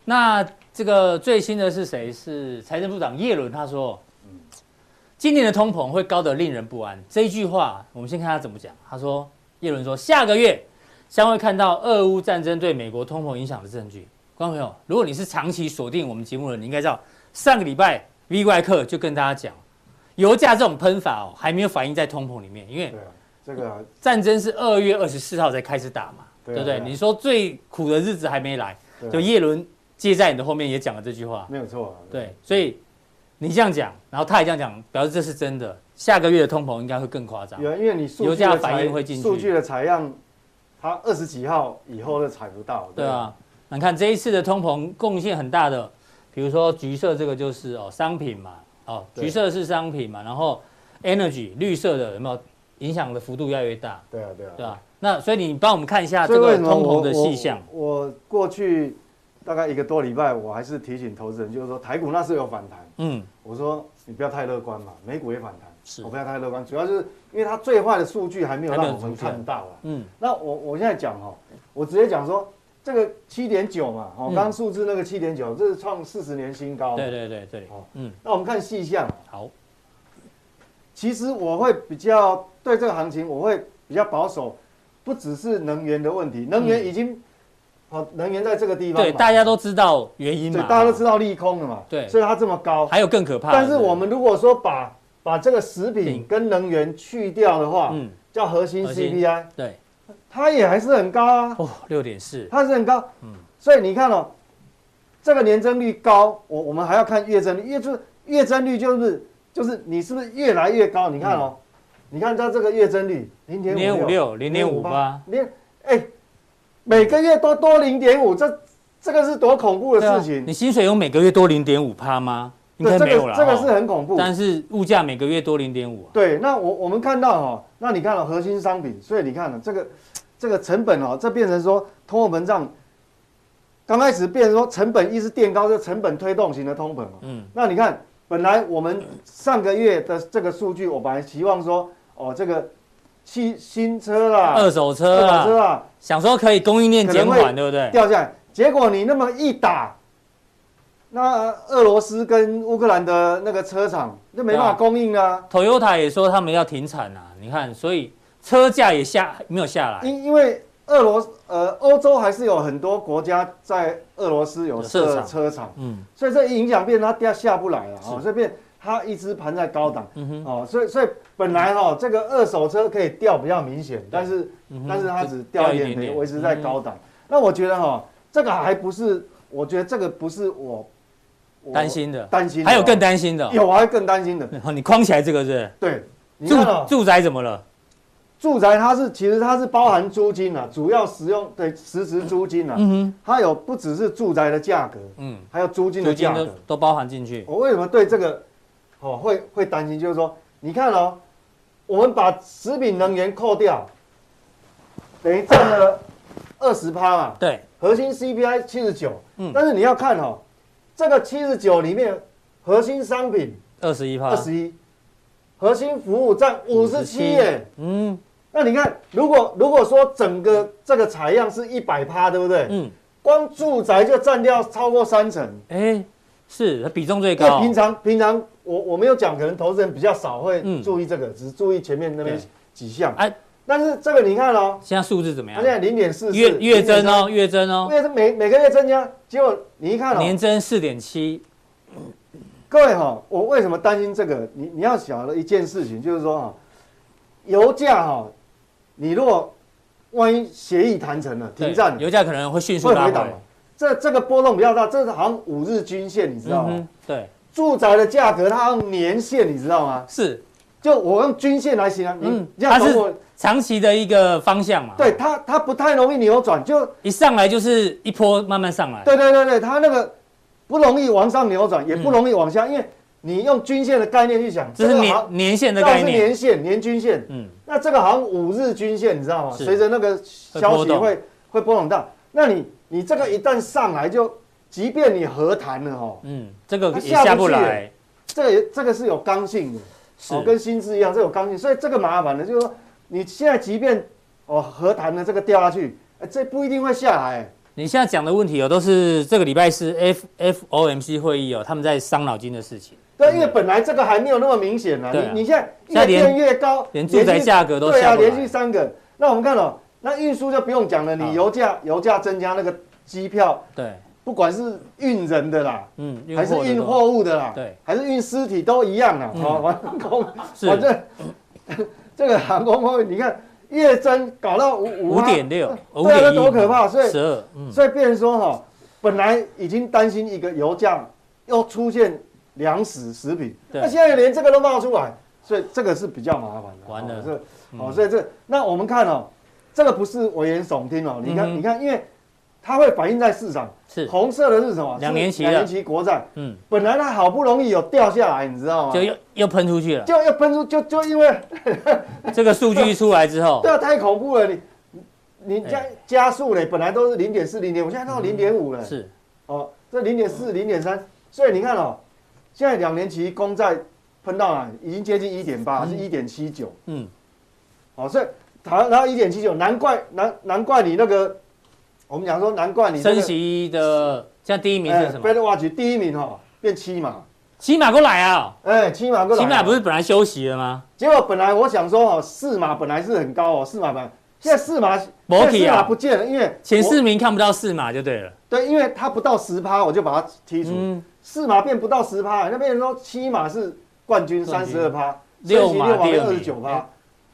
那这个最新的是谁？是财政部长耶伦，他说，今年的通膨会高得令人不安。这一句话，我们先看他怎么讲。他说，耶伦说，下个月将会看到俄乌战争对美国通膨影响的证据。观众朋友，如果你是长期锁定我们节目的，你应该知道，上个礼拜 V 怪客就跟大家讲，油价这种喷法哦，还没有反映在通膨里面，因为对啊，这个啊战争是二月二十四号才开始打嘛，对对啊不对？对啊你说最苦的日子还没来，对啊就叶伦接在你的后面也讲了这句话，没有错啊，对，所以你这样讲，然后他也这样讲，表示这是真的。下个月的通膨应该会更夸张，有因为你数油据价的反应采会进去数据的采样，它二十几号以后都采不到，对啊。那你看这一次的通膨贡献很大的，比如说橘色这个就是哦商品嘛，哦对橘色是商品嘛，然后 energy 绿色的有没有影响的幅度越来越大，对啊对啊对对吧、啊。那所以你帮我们看一下所以这为个什么通我膨的细项，我我过去大概一个多礼拜，我还是提醒投资人，就是说台股那时候有反弹，嗯，我说你不要太乐观嘛，美股也反弹，是我不要太乐观，主要是因为它最坏的数据还没有还没让有我出们现看到啊。嗯，那我我现在讲哈，我直接讲说这个七点九嘛，哦，嗯刚刚数字那个七点九，这是创四十年新高。对。对对对，好嗯，那我们看细项，好，其实我会比较对这个行情，我会比较保守，不只是能源的问题，能源已经，好、能源在这个地方嘛，嗯对，大家都知道原因对嘛，大家都知道，道利空了嘛，对所以它这么高。还有更可怕的，但是我们如果说把把这个食品嗯跟能源去掉的话，嗯，叫核心核心 CPI，对，它也还是很高啊。哦，六点四，它是很高，嗯所以你看哦，这个年增率高，我我们还要看月增率，月就是月增率就是就是你是不是越来越高？你看哦，你看它这个月增率零点五0.56 0.58零哎，每个月都多零点五，这这个是多恐怖对啊的事情你，薪水有每个月多零点五趴吗？应对该这没有个啦。这个哦是很恐怖。但是物价每个月多零点五啊，对，那我我们看到哈、哦，那你看了、核心商品，所以你看了、这个这个成本哦，这变成说通货膨胀，刚开始变成说成本一直垫高，这成本推动型的通膨哦。嗯，那你看，本来我们上个月的这个数据，我本来期望说，哦，这个汽新车啦，二手车二啊手，车啊，想说可以供应链减可能缓，会对不对？掉下来。结果你那么一打，那俄罗斯跟乌克兰的那个车厂就没办法对啊供应啦、 Toyota 也说他们要停产啊，你看，所以车价也下没有下来，因因为俄罗斯呃欧洲还是有很多国家在俄罗斯有设设厂车厂，嗯，所以这影响变成它掉下不来了啊、哦是，所以变它一直盘在高档。嗯哼，哦，所以所以本来哈、哦、这个二手车可以掉比较明显，但是、嗯哼但是它只就掉掉一一点点嗯点，点维持在高档。那我觉得哈、哦，这个还不是，我觉得这个不是我我担心的，担心的哦，还有更担心的哦，有还更担心的，好， 你框起来这个是对，不你是看哦住，住宅怎么了？住宅它是其实它是包含租金啊，主要使用对实时租金啊，嗯哼，它有不只是住宅的价格，嗯，还有租金租的金价都格。都包含进去，我为什么对这个哦会会担心？就是说，你看哦，我们把食品能源扣掉，等于占了二十趴嘛，对，核心 CPI 七十九。嗯但是你要看哦，这个七十九里面核心商品二十一趴，二十一，核心服务占五十七耶。嗯那你看，如果如果说整个这个采样是一百趴，对不对？嗯，光住宅就占掉超过三成。哎，是它比重最因为高，平常平常我我没有讲，可能投资人比较少会嗯注意这个，只注意前面那边对几项。哎但是这个你看哦，现在数字怎么它样现？在零点四哎月月增哦，，月增哦，月增每每个月增加，结果你一看年哦，增四点七，各位哈、哦，我为什么担心这个？你你要晓得一件事情，就是说哈、哦油价哈、你如果万一协议谈成了，停战了对油价可能会迅速会拉回回档来嘛，？这这个波动比较大，这是好像五日均线，你知道嗯吗？哼，对，住宅的价格它用年线，你知道吗？是就我用均线来形容，嗯嗯，这样它是懂我长期的一个方向嘛，对它它不太容易扭转，就一上来就是一波慢慢上来，对对对对，它那个不容易往上扭转，也不容易往下，因为你用均线的概念去想，嗯这是个年行年限的这个概是念，年线、年均线，嗯，那这个好像五日均线，你知道吗？是随着那个消波息动会会波动大，那你你这个一旦上来就，即便你和谈了哦，嗯，这个它也下不下不去来，这个也这个是有刚性的。是哦，跟薪资一样，这有刚性，所以这个麻烦的就是说，你现在即便哦和谈的这个掉下去，哎这不一定会下来。你现在讲的问题哦，都是这个礼拜是 F F O M C 会议哦，他们在伤脑筋的事情，对，因为本来这个还没有那么明显呢、嗯对啊你你现现在在越连变越高，连住宅连续价格都对下啊，不来啊连续三个。那我们看哦，那运输就不用讲了，好你油价油价增加，那个机票对，不管是运人的啦，嗯，还是的运都货物的啦，对，嗯还是运尸体都一样啊。哦，完工，反是正哦这 个航空货运，你看月增搞到五五趴点六，五对啊点那一，多可怕所以十二，嗯，所以变成说哈、本来已经担心一个油价又出现粮食食品，对那现在连这个都冒出来，所以这个是比较麻烦的。完了嗯哦，这哦，所以这那我们看哦，这个不是危言耸听哦，你看、嗯哼你看，因为它会反映在市场，是，红色的是什么？两年期啊是两的年期国债，嗯，本来它好不容易有掉下来，你知道吗？就又又喷出去了。 就要喷出，就就因为这个数据一出来之后对，啊，太恐怖了，你你加哦哎嗯加速嘞，本来都是零点四、零点五，现在到零点五了。是哦，这零点四、零点三，所以你看哦，现在两年期公债喷到哪里？已经接近一点八，是一点七九。嗯，哦，所以它然后一点七九，难怪难难怪你那个，我们讲说难怪你、这升个、哎息的，现在第一名是什么？ ？Fed Watch 第一名哈、哦，变七码，骑马过来啊！哎，七码过来。骑马不是本来休息了吗？结果本来我想说哦，四码本来是很高哦，四码本来现在四码，现没在去四啊码不见了，因为前我四名看不到四马就对了。对，因为它不到十趴，我就把它剔除。嗯，四码变不到十趴，那变成说七码是冠军冠三军十二趴，六码第二二名十九趴，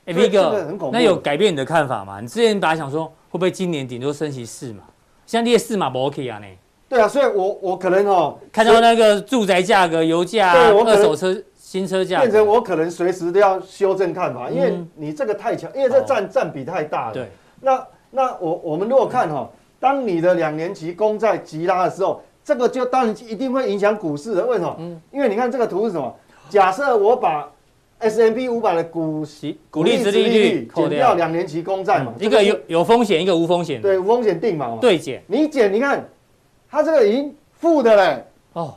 哎所以，V 这个哥很恐，怖那有改变你的看法吗？你之前本来想说会不会今年顶多升息四嘛，现在列四马不 OK 啊呢？对啊，所以我我可能哦，看到那个住宅价格、油价、啊对我可二能手车、新车价格，变成我可能随时都要修正看法，因为嗯哦你这个太强，因为这占占比太大了。对，那那我我们如果看哈、哦，当你的两年期公债急拉的时候，这个嗯就当然一定会影响股市的。为什么？因为你看这个图是什么？假设我把 S M P 五百的股息股利殖利率扣减掉掉，两年期公债嘛，嗯一个有有风险，一个无风险的，对风险定锚嘛。，对减你减，你看它这个已经负的嘞。哦。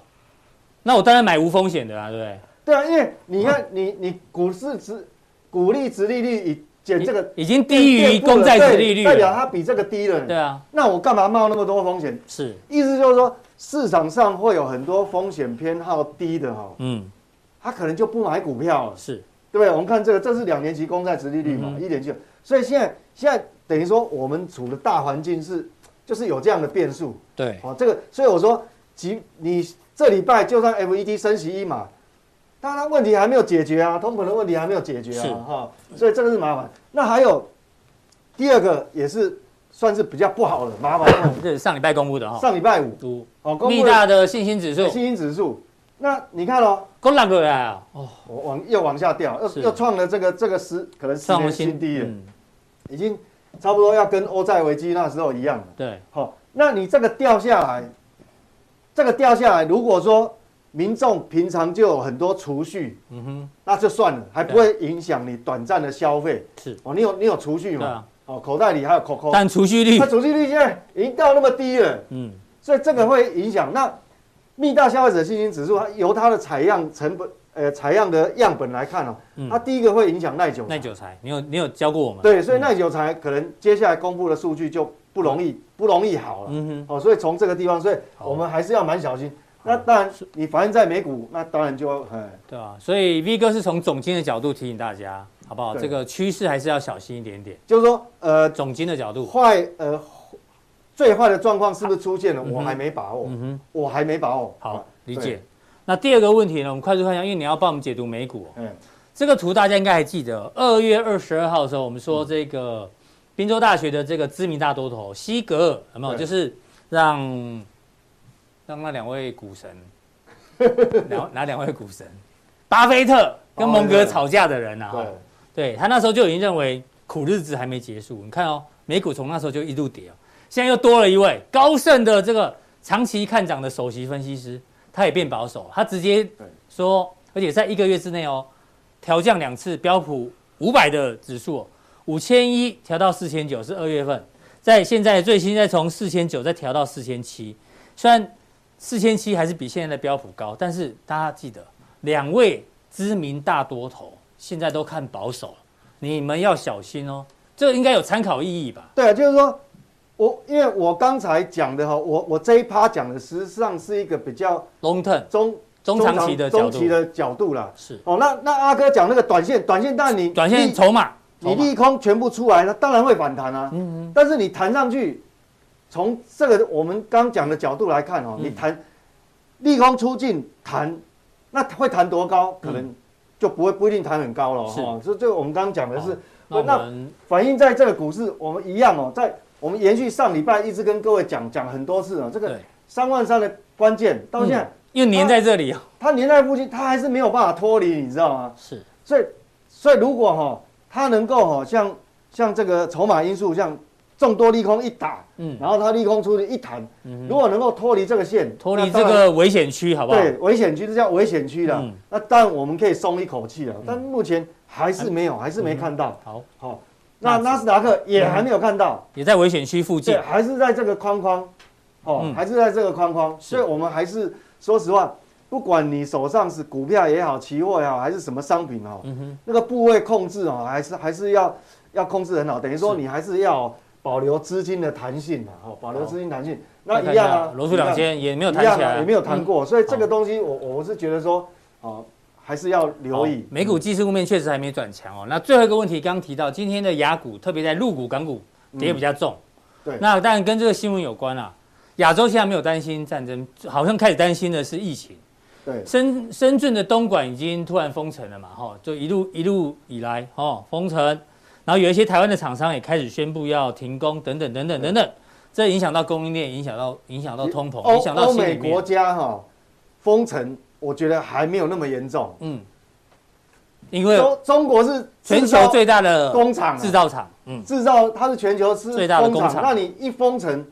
那我当然买无风险的啊，对不对？对啊，因为你看嗯你你股市值股利值利率已减这个已已经低于公债值利率对代表了，它比这个低了。对啊，那我干嘛冒那么多风险？是，意思就是说，市场上会有很多风险偏好低的哈、嗯，他可能就不买股票了，是，对不对？我们看这个，这是两年期公债殖利率嘛嗯，哼一点九，所以现在现在等于说我们处的大环境是就是有这样的变数，对，哦，这个所以我说，即你这礼拜就算 FED 升息一码，当然问题还没有解决啊，通膨的问题还没有解决啊，是，哈、所以这个是麻烦。那还有第二个也是算是比较不好的麻烦的 这是上礼拜公布的哈，上礼拜五都哦，公密布了大的信心指数信心指数，那你看哦。够烂过来啊，哦，我往又往下掉，又是又创了这个这个十可能十年新低了，嗯已经差不多要跟欧债危机那时候一样了。对，好、那你这个掉下来，这个掉下来，如果说民众平常就有很多储蓄，嗯哼，那就算了，还不会影响你短暂的消费。是，哦，你有你有储蓄对嘛？啊，哦，口袋里还有扣扣，但储蓄率那，储蓄率现在已经掉那么低了，嗯，所以这个会影响。那密大消费者信心指数，它由它的采样成本，呃，采样的样本来看哦，嗯它第一个会影响耐久材耐久材，你有你有教过我们，对，所以嗯耐久材可能接下来公布的数据就不容易不容易好了。嗯哼，哦，所以从这个地方，所以好我们还是要蛮小心。那当然，你反映在美股，那当然就呃很对啊，所以 V 哥是从总经的角度提醒大家，好不好？对这个趋势还是要小心一点点，就是说，呃，总经的角度，坏呃最坏的状况是不是出现了？嗯哼我还没把握，嗯哼，我还没把握。好，理对解。那第二个问题呢，我们快速看一下，因为你要帮我们解读美股哦、嗯，这个图大家应该还记得，二月二十二号的时候，我们说这个宾州大学的这个知名大多头西格尔有没有？对就是让让那两位股神， 哪哪两位股神？巴菲特跟蒙格吵架的人啊，对，对他那时候就已经认为苦日子还没结束。你看哦，美股从那时候就一路跌哦，现在又多了一位高盛的这个长期看涨的首席分析师，他也变保守，他直接说，而且在一个月之内哦，调降两次标普五百的指数、哦，五千一调到四千九是二月份，在现在最新再从四千九再调到四千七，虽然四千七还是比现在的标普高，但是大家记得两位知名大多头现在都看保守，你们要小心哦。这个应该有参考意义吧？对，就是说我因为我刚才讲的哈，我我这一趴讲的实际上是一个比较 long term 中中长期的角中度期的角度啦。是哦，那那阿哥讲那个短线，短线但你短利线筹码，你筹码利空全部出来了，当然会反弹啊。嗯但是你弹上去，从这个我们刚讲的角度来看哦，嗯你弹利空出尽弹，那会弹多高？可能就不会不一定弹很高了嗯是哦。所以这个我们刚刚讲的是好嗯，那那我们反映在这个股市，我们一样哦，在我们延续上礼拜一直跟各位讲讲很多次哦，这个对嗯三万三的关键到现在。又粘在这里哦，它年代附近，它还是没有办法脱离，你知道吗？是所以，所以如果哈、它能够哈、像像这个筹码因素，像众多利空一打，嗯然后它利空出去一弹，嗯哼如果能够脱离这个线，脱离那当这然个危险区，好不好？对危险区，这叫危险区了。嗯那当然我们可以松一口气了，但目前还是没有，还是没看到。嗯好，好、那纳纳指斯达克也还没有看到，也在危险区附近对，，还是在这个框框，哦，嗯还是在这个框框，是所以我们还是说实话，不管你手上是股票也好，期货也好，还是什么商品哦，嗯哼，那个部位控制哦，还是还是要要控制很好，等于说是你还是要保留资金的弹性嘛，哦，保留资金弹性，那再看一样啊，下罗素两千也没有一弹样起啊，来，也没有弹嗯过，所以这个东西我我是觉得说，哦，还是要留意嗯好哦美股技术面确实还没转强哦。那最后一个问题，刚刚提到今天的雅股，特别在陆股、港股跌比较重。嗯对那当然跟这个新闻有关啊。亚洲现在没有担心战争，好像开始担心的是疫情。对深深圳的东莞已经突然封城了嘛，哈、就一路一路以来，哈、封城，然后有一些台湾的厂商也开始宣布要停工，等等等等等等，这影响到供应链，影响到影响到通膨，欧影响哦到欧心里美面国家哈封城，我觉得还没有那么严重。嗯，因为中中国是全制造球最大的工厂啊制造厂，嗯，制造，它是全球是最大的工工厂厂。那你一封城，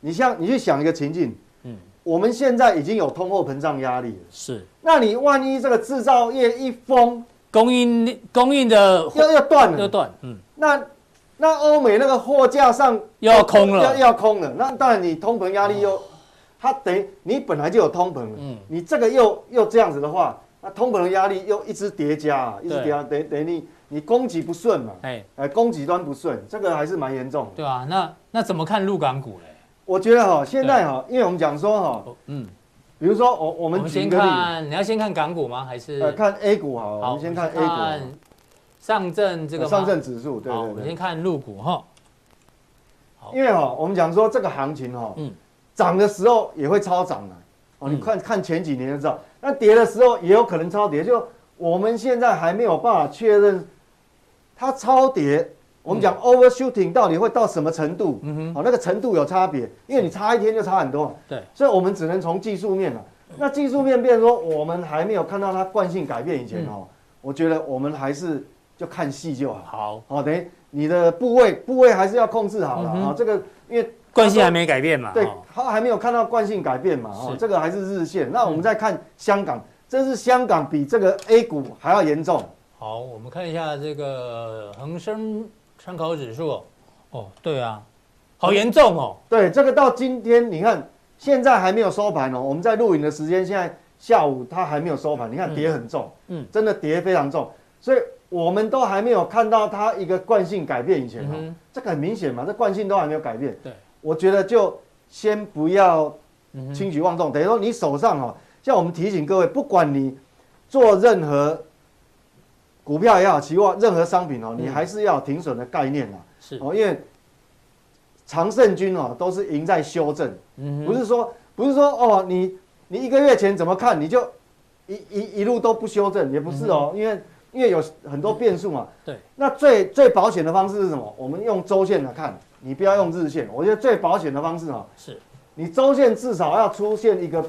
你像你去想一个情境，嗯嗯，我们现在已经有通货膨胀压力了。是那你万一这个制造业一封，供应供应的货要要断又了。断，嗯，那那欧美那个货架上又要空了哦要要空了。那当然你通膨压力又，它等于你本来就有通膨了，嗯你这个又又这样子的话，那通膨的压力又一直叠加啊，一直叠加，等等于你你供给不顺嘛，哎，哎，供给端不顺，这个还是蛮严重的。对啊，那那怎么看陆港股嘞？我觉得哈，现在哈，因为我们讲说哈，哦，嗯，比如说我我我们们举一先个例，看，你要先看港股吗？还是呃，看 A 股好了，我好，们先看 A 股好了看，上证这个呃吗上证指数，对好，我对们对先。看陆股哈，好因为哈、我们讲说这个行情哈、嗯涨的时候也会超涨的、哦，你嗯看、看前几年就知道，那跌的时候也有可能超跌，就我们现在还没有办法确认它超跌，我们讲 overshooting 到底会到什么程度，哦嗯哼，好、那个程度有差别，因为你差一天就差很多，对，所以我们只能从技术面了、啊那技术面变成说，我们还没有看到它惯性改变以前嗯哦，我觉得我们还是就看戏就好。好，好、哦等于你的部位部位还是要控制好了啊、嗯哼哦这个因为惯性还没改变嘛，对哦，它还没有看到惯性改变嘛，哦是，嗯这个还是日线。那我们再看香港，这是香港比这个 A 股还要严重。好，我们看一下这个恒生参考指数哦，哦，对啊，好严重哦，对，这个到今天你看，现在还没有收盘哦。我们在录影的时间，现在下午它还没有收盘，你看嗯跌很重，嗯真的跌非常重，所以我们都还没有看到它一个惯性改变以前哦，嗯这个很明显嘛，这惯性都还没有改变。对，我觉得就先不要嗯哼，轻举妄动，等于说你手上哈、哦像我们提醒各位，不管你做任何股票也好，期货任何商品哦，嗯你还是要有停损的概念啦。是，哦，因为常胜军哦都是赢在修正，嗯哼不是说不是说哦你你一个月前怎么看你就一一一路都不修正，也不是嗯哦，因为因为有很多变数嘛。对，那最最保险的方式是什么？我们用周线来看，你不要用日线。我觉得最保险的方式哦，是，你周线至少要出现一个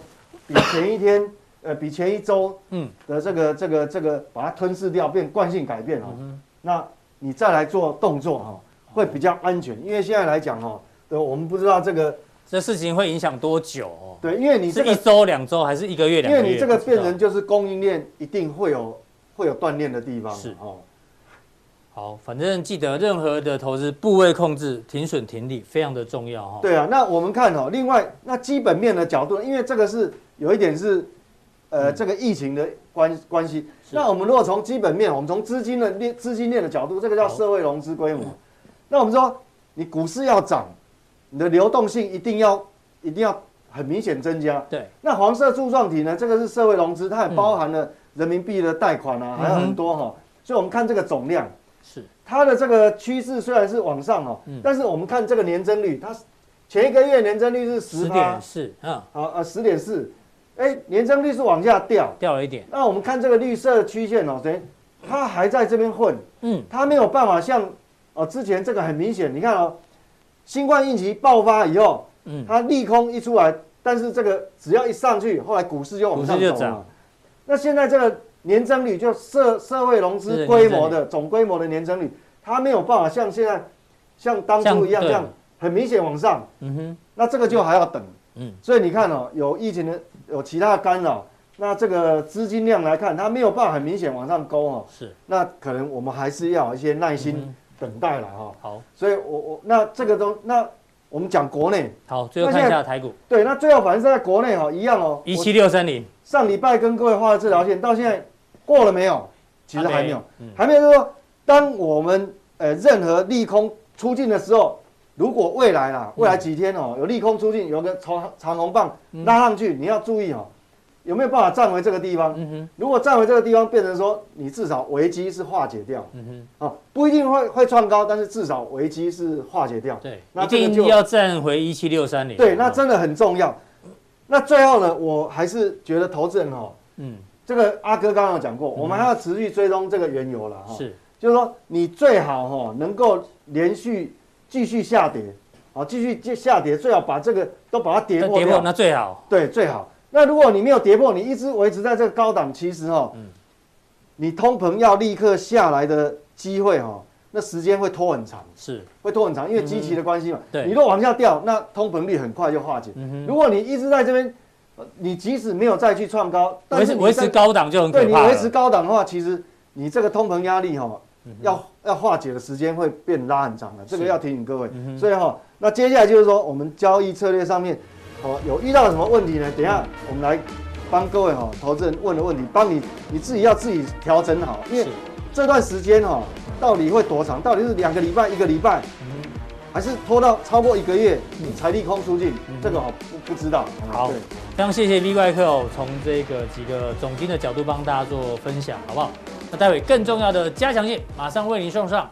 比前一天，呃，比前一周嗯的这个这个这个把它吞噬掉，变惯性改变哦嗯。哼，那你再来做动作哈、哦，会比较安全。因为现在来讲哦，对，我们不知道这个这事情会影响多久哦？对，因为你这是个一，周、两周还是一个月、因两个为月？你这个不知变道成就是供应链一定会有会有锻炼的地方是哦。好，反正记得任何的投资部位控制、停损停利非常的重要哈、哦。，对啊，那我们看哦，另外那基本面的角度，因为这个是有一点是，呃，这个疫情的关关系。嗯是那我们如果从基本面，我们从资金的链资金链的角度，这个叫好嗯社会融资规模。那我们说，你股市要涨，你的流动性一定要一定要很明显增加。对，那黄色柱状体呢？这个是社会融资，它也嗯包含了人民币的贷款啊，还有很多哈、所以我们看这个总量，是它的这个趋势虽然是往上哦，嗯但是我们看这个年增率，它前一个月年增率是十十趴点，四，嗯，好呃十点四，哎，年增率是往下掉。掉了一点，那我们看这个绿色曲线哦，谁？它还在这边混，嗯，它没有办法像哦之前这个很明显，你看哦，新冠疫情爆发以后，嗯它利空一出来，但是这个只要一上去，后来股市就往上股市走就了嘛涨。那现在这个年增率，就社社会融资规模的总规模的年增率，它没有办法像现在像当初像一样对这样很明显往上，嗯哼，那这个就还要等。嗯，所以你看哦，有疫情的有其他的干扰，那这个资金量来看，它没有办法很明显往上勾哦，是，那可能我们还是要有一些耐心嗯等待了哈、哦。好，所以我我那这个都那我们讲国内。好，最后看一下台股对，那最后反正是在国内哈，一样哦。一七六三零，我上礼拜跟各位画的这条线，到现在过了没有？其实还没有，嗯，还没有。就是说，当我们呃任何利空出尽的时候，如果未来啦，未来几天哦有利空出尽，有个长长红棒嗯拉上去，你要注意哦，有没有办法站回这个地方？嗯哼，如果站回这个地方，变成说你至少危机是化解掉嗯哼，啊，不一定会会创高，但是至少危机是化解掉。对，那一这个就定要站回一七六三零。对，那真的很重要。那最后呢，我还是觉得投资人哦，嗯这个阿哥刚刚有讲过，我们还要持续追踪这个原油了哈、是哦就是说你最好哈、能够连续继续下跌，好、继续接下跌，最好把这个都把它跌那破跌掉。破那最好，对，最好。那如果你没有跌破，你一直维持在这个高档，其实哦，嗯你通膨要立刻下来的机会哦，那时间会拖很长，是，会拖很长，因为基期的关系嘛。嗯对你若往下掉，那通膨率很快就化解。嗯如果你一直在这边，呃你即使没有再去创高，哼，维持你维在持高档就很对可你怕了。嗯维持高档的话，其实你这个通膨压力哈、要要化解的时间会变拉很长的，这个要提醒各位。嗯所以哈、那接下来就是说我们交易策略上面，哦，有遇到什么问题呢？等一下我们来帮各位哈、投资人问的问题，帮你你自己要自己调整好，因为是这段时间哈、到底会多长？到底是两个礼拜、一个礼拜，还是拖到超过一个月，你才利空出尽？这个哦不不知道。哦好对，非常谢谢 V 怪客哦，从这个几个总经的角度帮大家做分享，好不好？那待会更重要的加强线马上为您送上。